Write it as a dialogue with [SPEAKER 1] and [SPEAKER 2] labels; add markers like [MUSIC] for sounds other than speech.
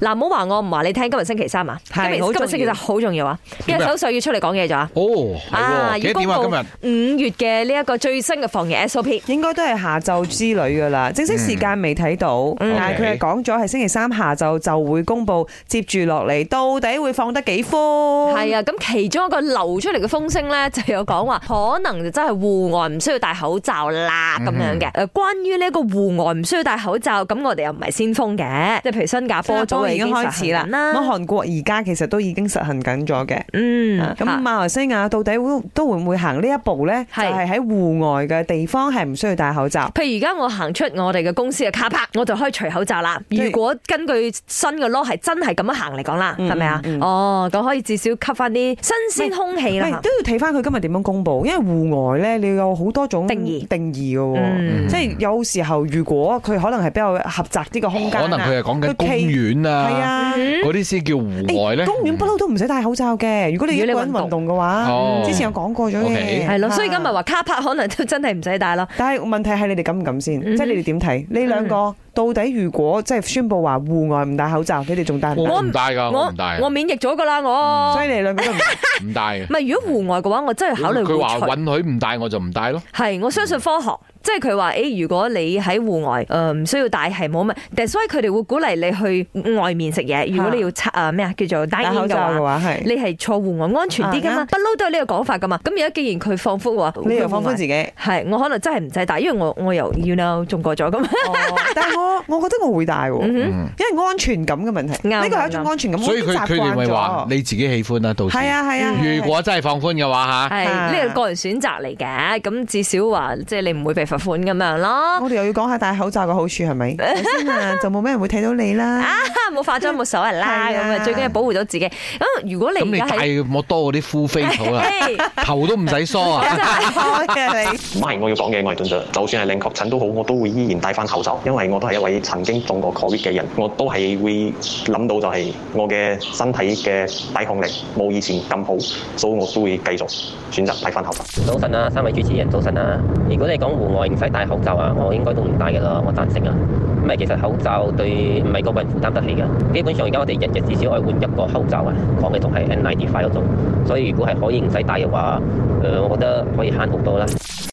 [SPEAKER 1] 嗱，唔好話我唔話你聽，今日星期三啊，今
[SPEAKER 2] 係
[SPEAKER 1] 日
[SPEAKER 2] 好
[SPEAKER 1] 今日星期三好重要啊，因為
[SPEAKER 3] 點啊
[SPEAKER 1] 首相要出嚟講嘢咗啊。
[SPEAKER 3] 哦，係喎幾多點啊？今日
[SPEAKER 1] 今日五月嘅呢一個最新嘅防疫 SOP。
[SPEAKER 2] 應該都係下晝之類噶啦，正式時間未睇到，
[SPEAKER 1] 嗯
[SPEAKER 2] 但係佢係
[SPEAKER 3] OK
[SPEAKER 2] 講咗係星期三下晝就會公布，接住落嚟到底會放得幾寬？
[SPEAKER 1] 係啊，咁其中一個流出嚟嘅風聲咧，就有講話可能就真係戶外唔需要戴口罩啦咁樣嘅。誒，關於呢一個戶外唔需要戴口罩，咁我哋又唔係先鋒嘅，即係譬如新加坡早
[SPEAKER 2] 波
[SPEAKER 1] 就
[SPEAKER 2] 已經
[SPEAKER 1] 實
[SPEAKER 2] 開
[SPEAKER 1] 行
[SPEAKER 2] 始啦，
[SPEAKER 1] 緊
[SPEAKER 2] 咁韓國而家其實都已經實行緊咗嘅。
[SPEAKER 1] 嗯，
[SPEAKER 2] 咁
[SPEAKER 1] 啊
[SPEAKER 2] 馬來西亞到底會都會唔會行呢一步呢？就
[SPEAKER 1] 係
[SPEAKER 2] 係喺戶外嘅地方係唔需要戴口罩。
[SPEAKER 1] 譬如而家我行出我哋嘅公司嘅卡帕，我就可以除口罩啦。
[SPEAKER 2] 對
[SPEAKER 1] 如果根據新嘅 law 係真係咁樣行嚟講啦，
[SPEAKER 2] 嗯
[SPEAKER 1] 係咪啊
[SPEAKER 2] 嗯嗯？
[SPEAKER 1] 哦，咁可以至少吸翻啲新鮮空氣
[SPEAKER 2] 喂
[SPEAKER 1] 啦。
[SPEAKER 2] 都要睇翻佢今日點樣公布，因為戶外呢，你有好多種
[SPEAKER 1] 定義
[SPEAKER 2] 定義嘅喎。
[SPEAKER 1] 嗯
[SPEAKER 2] 即係有時候，如果佢可能係比較狹窄啲嘅空間啊
[SPEAKER 3] 哦可能佢係講緊公
[SPEAKER 2] 佢企
[SPEAKER 3] 園
[SPEAKER 2] 係
[SPEAKER 3] 啊，
[SPEAKER 2] 啊，
[SPEAKER 1] 嗯
[SPEAKER 3] 嗰啲先叫戶外咧嗯
[SPEAKER 2] 誒。公園不嬲都唔使戴口罩嘅。如果你一個
[SPEAKER 1] 如果
[SPEAKER 2] 人
[SPEAKER 1] 你運動
[SPEAKER 2] 運動嘅話，
[SPEAKER 3] 哦
[SPEAKER 2] 之前有講過咗嘅，
[SPEAKER 3] OK
[SPEAKER 1] 係咯，所以而家咪
[SPEAKER 2] 啊。
[SPEAKER 1] 話卡帕可能都真係唔使戴咯。
[SPEAKER 2] 但係問題係你哋敢唔敢先？
[SPEAKER 1] 嗯
[SPEAKER 2] 即係你哋點睇呢兩個？到底如果即係宣布話戶外唔戴口罩，你哋仲啊戴唔戴？嗯
[SPEAKER 3] 我唔戴㗎，我
[SPEAKER 1] 我
[SPEAKER 3] 唔戴，
[SPEAKER 1] 我免疫咗噶啦，我
[SPEAKER 2] 所以。你哋兩個都唔戴。
[SPEAKER 3] 唔戴嘅
[SPEAKER 1] 唔。係，如果戶外嘅話，我真係考慮
[SPEAKER 3] 佢
[SPEAKER 1] 會除
[SPEAKER 3] 話。允許唔戴，我就唔戴咯。
[SPEAKER 1] 係，我
[SPEAKER 2] 嗯
[SPEAKER 1] 相信科學，即係佢話誒，如果你喺戶外誒唔需要戴係冇乜，但係所以佢哋會鼓勵你去外面食嘢。如果你要測啊咩啊叫做 d
[SPEAKER 2] 戴
[SPEAKER 1] i
[SPEAKER 2] 口
[SPEAKER 1] n 嘅
[SPEAKER 2] 罩啊
[SPEAKER 1] 話
[SPEAKER 2] 嘅。話係，
[SPEAKER 1] 你係坐戶外安全啲噶嘛，
[SPEAKER 2] 啊
[SPEAKER 1] 不嬲都係呢個講法噶嘛。咁而家既然佢放寬話，
[SPEAKER 2] 你又放寬自己。
[SPEAKER 1] 係我可能真係唔使戴，因為我我又 you know 中過咗
[SPEAKER 2] 哦
[SPEAKER 1] 咁。
[SPEAKER 2] 但係我我覺得我會戴喎，因
[SPEAKER 1] 嗯
[SPEAKER 3] 嗯
[SPEAKER 2] 為安全感嘅問題，
[SPEAKER 1] 啱
[SPEAKER 2] 呢個係一種安全感，
[SPEAKER 3] 所以佢
[SPEAKER 2] 我已
[SPEAKER 3] 佢
[SPEAKER 2] 經習
[SPEAKER 3] 哋
[SPEAKER 2] 慣
[SPEAKER 3] 咪話
[SPEAKER 2] 咗。
[SPEAKER 3] 你自己喜歡啦，到時。
[SPEAKER 2] 係啊係啊，係
[SPEAKER 3] 如
[SPEAKER 2] 啊
[SPEAKER 3] 果真係放寬嘅話
[SPEAKER 1] 哼，
[SPEAKER 3] 嚇，
[SPEAKER 1] 係
[SPEAKER 2] 啊
[SPEAKER 1] 呢個個人選擇嚟嘅，咁至少話即係你唔會被罰款咁樣咯。
[SPEAKER 2] 我哋又要講下戴口罩嘅好處
[SPEAKER 1] [LAUGHS]
[SPEAKER 2] 係咪？首先啊，就冇咩人會睇到你啦。
[SPEAKER 1] 啊，冇化妝冇所謂啦，
[SPEAKER 2] 係
[SPEAKER 1] 咁
[SPEAKER 2] 啊
[SPEAKER 1] 啊最緊要保護到自己。咁如果
[SPEAKER 3] 咁
[SPEAKER 1] 你
[SPEAKER 3] 你
[SPEAKER 1] 而家係，
[SPEAKER 3] 戴莫多嗰啲敷飛草啦，
[SPEAKER 2] 啊
[SPEAKER 1] 嘿
[SPEAKER 3] 頭都唔使梳啊。
[SPEAKER 1] [LAUGHS]
[SPEAKER 2] 開嘅你。
[SPEAKER 4] 唔係我要講嘅，我係盡責。就算係零確診都好，我都會依然戴翻口罩，因為我都係一位曾經中過 Covid 嘅人，我都係會諗到就係我嘅身體嘅抵抗力冇以前咁好，所以我都會繼續選擇戴翻口罩。
[SPEAKER 5] 早晨啊，三位主持人早晨啊！如果你講戶外唔使戴口罩啊，我應該都唔戴嘅啦，我贊成啊。咁咪其實口罩對唔係個個人負擔得起嘅，基本上而家我哋日日至少係換一個口罩啊，講嘅仲係 N95 嗰種，所以如果係可以唔使戴嘅話，誒、我覺得可以慳好多啦。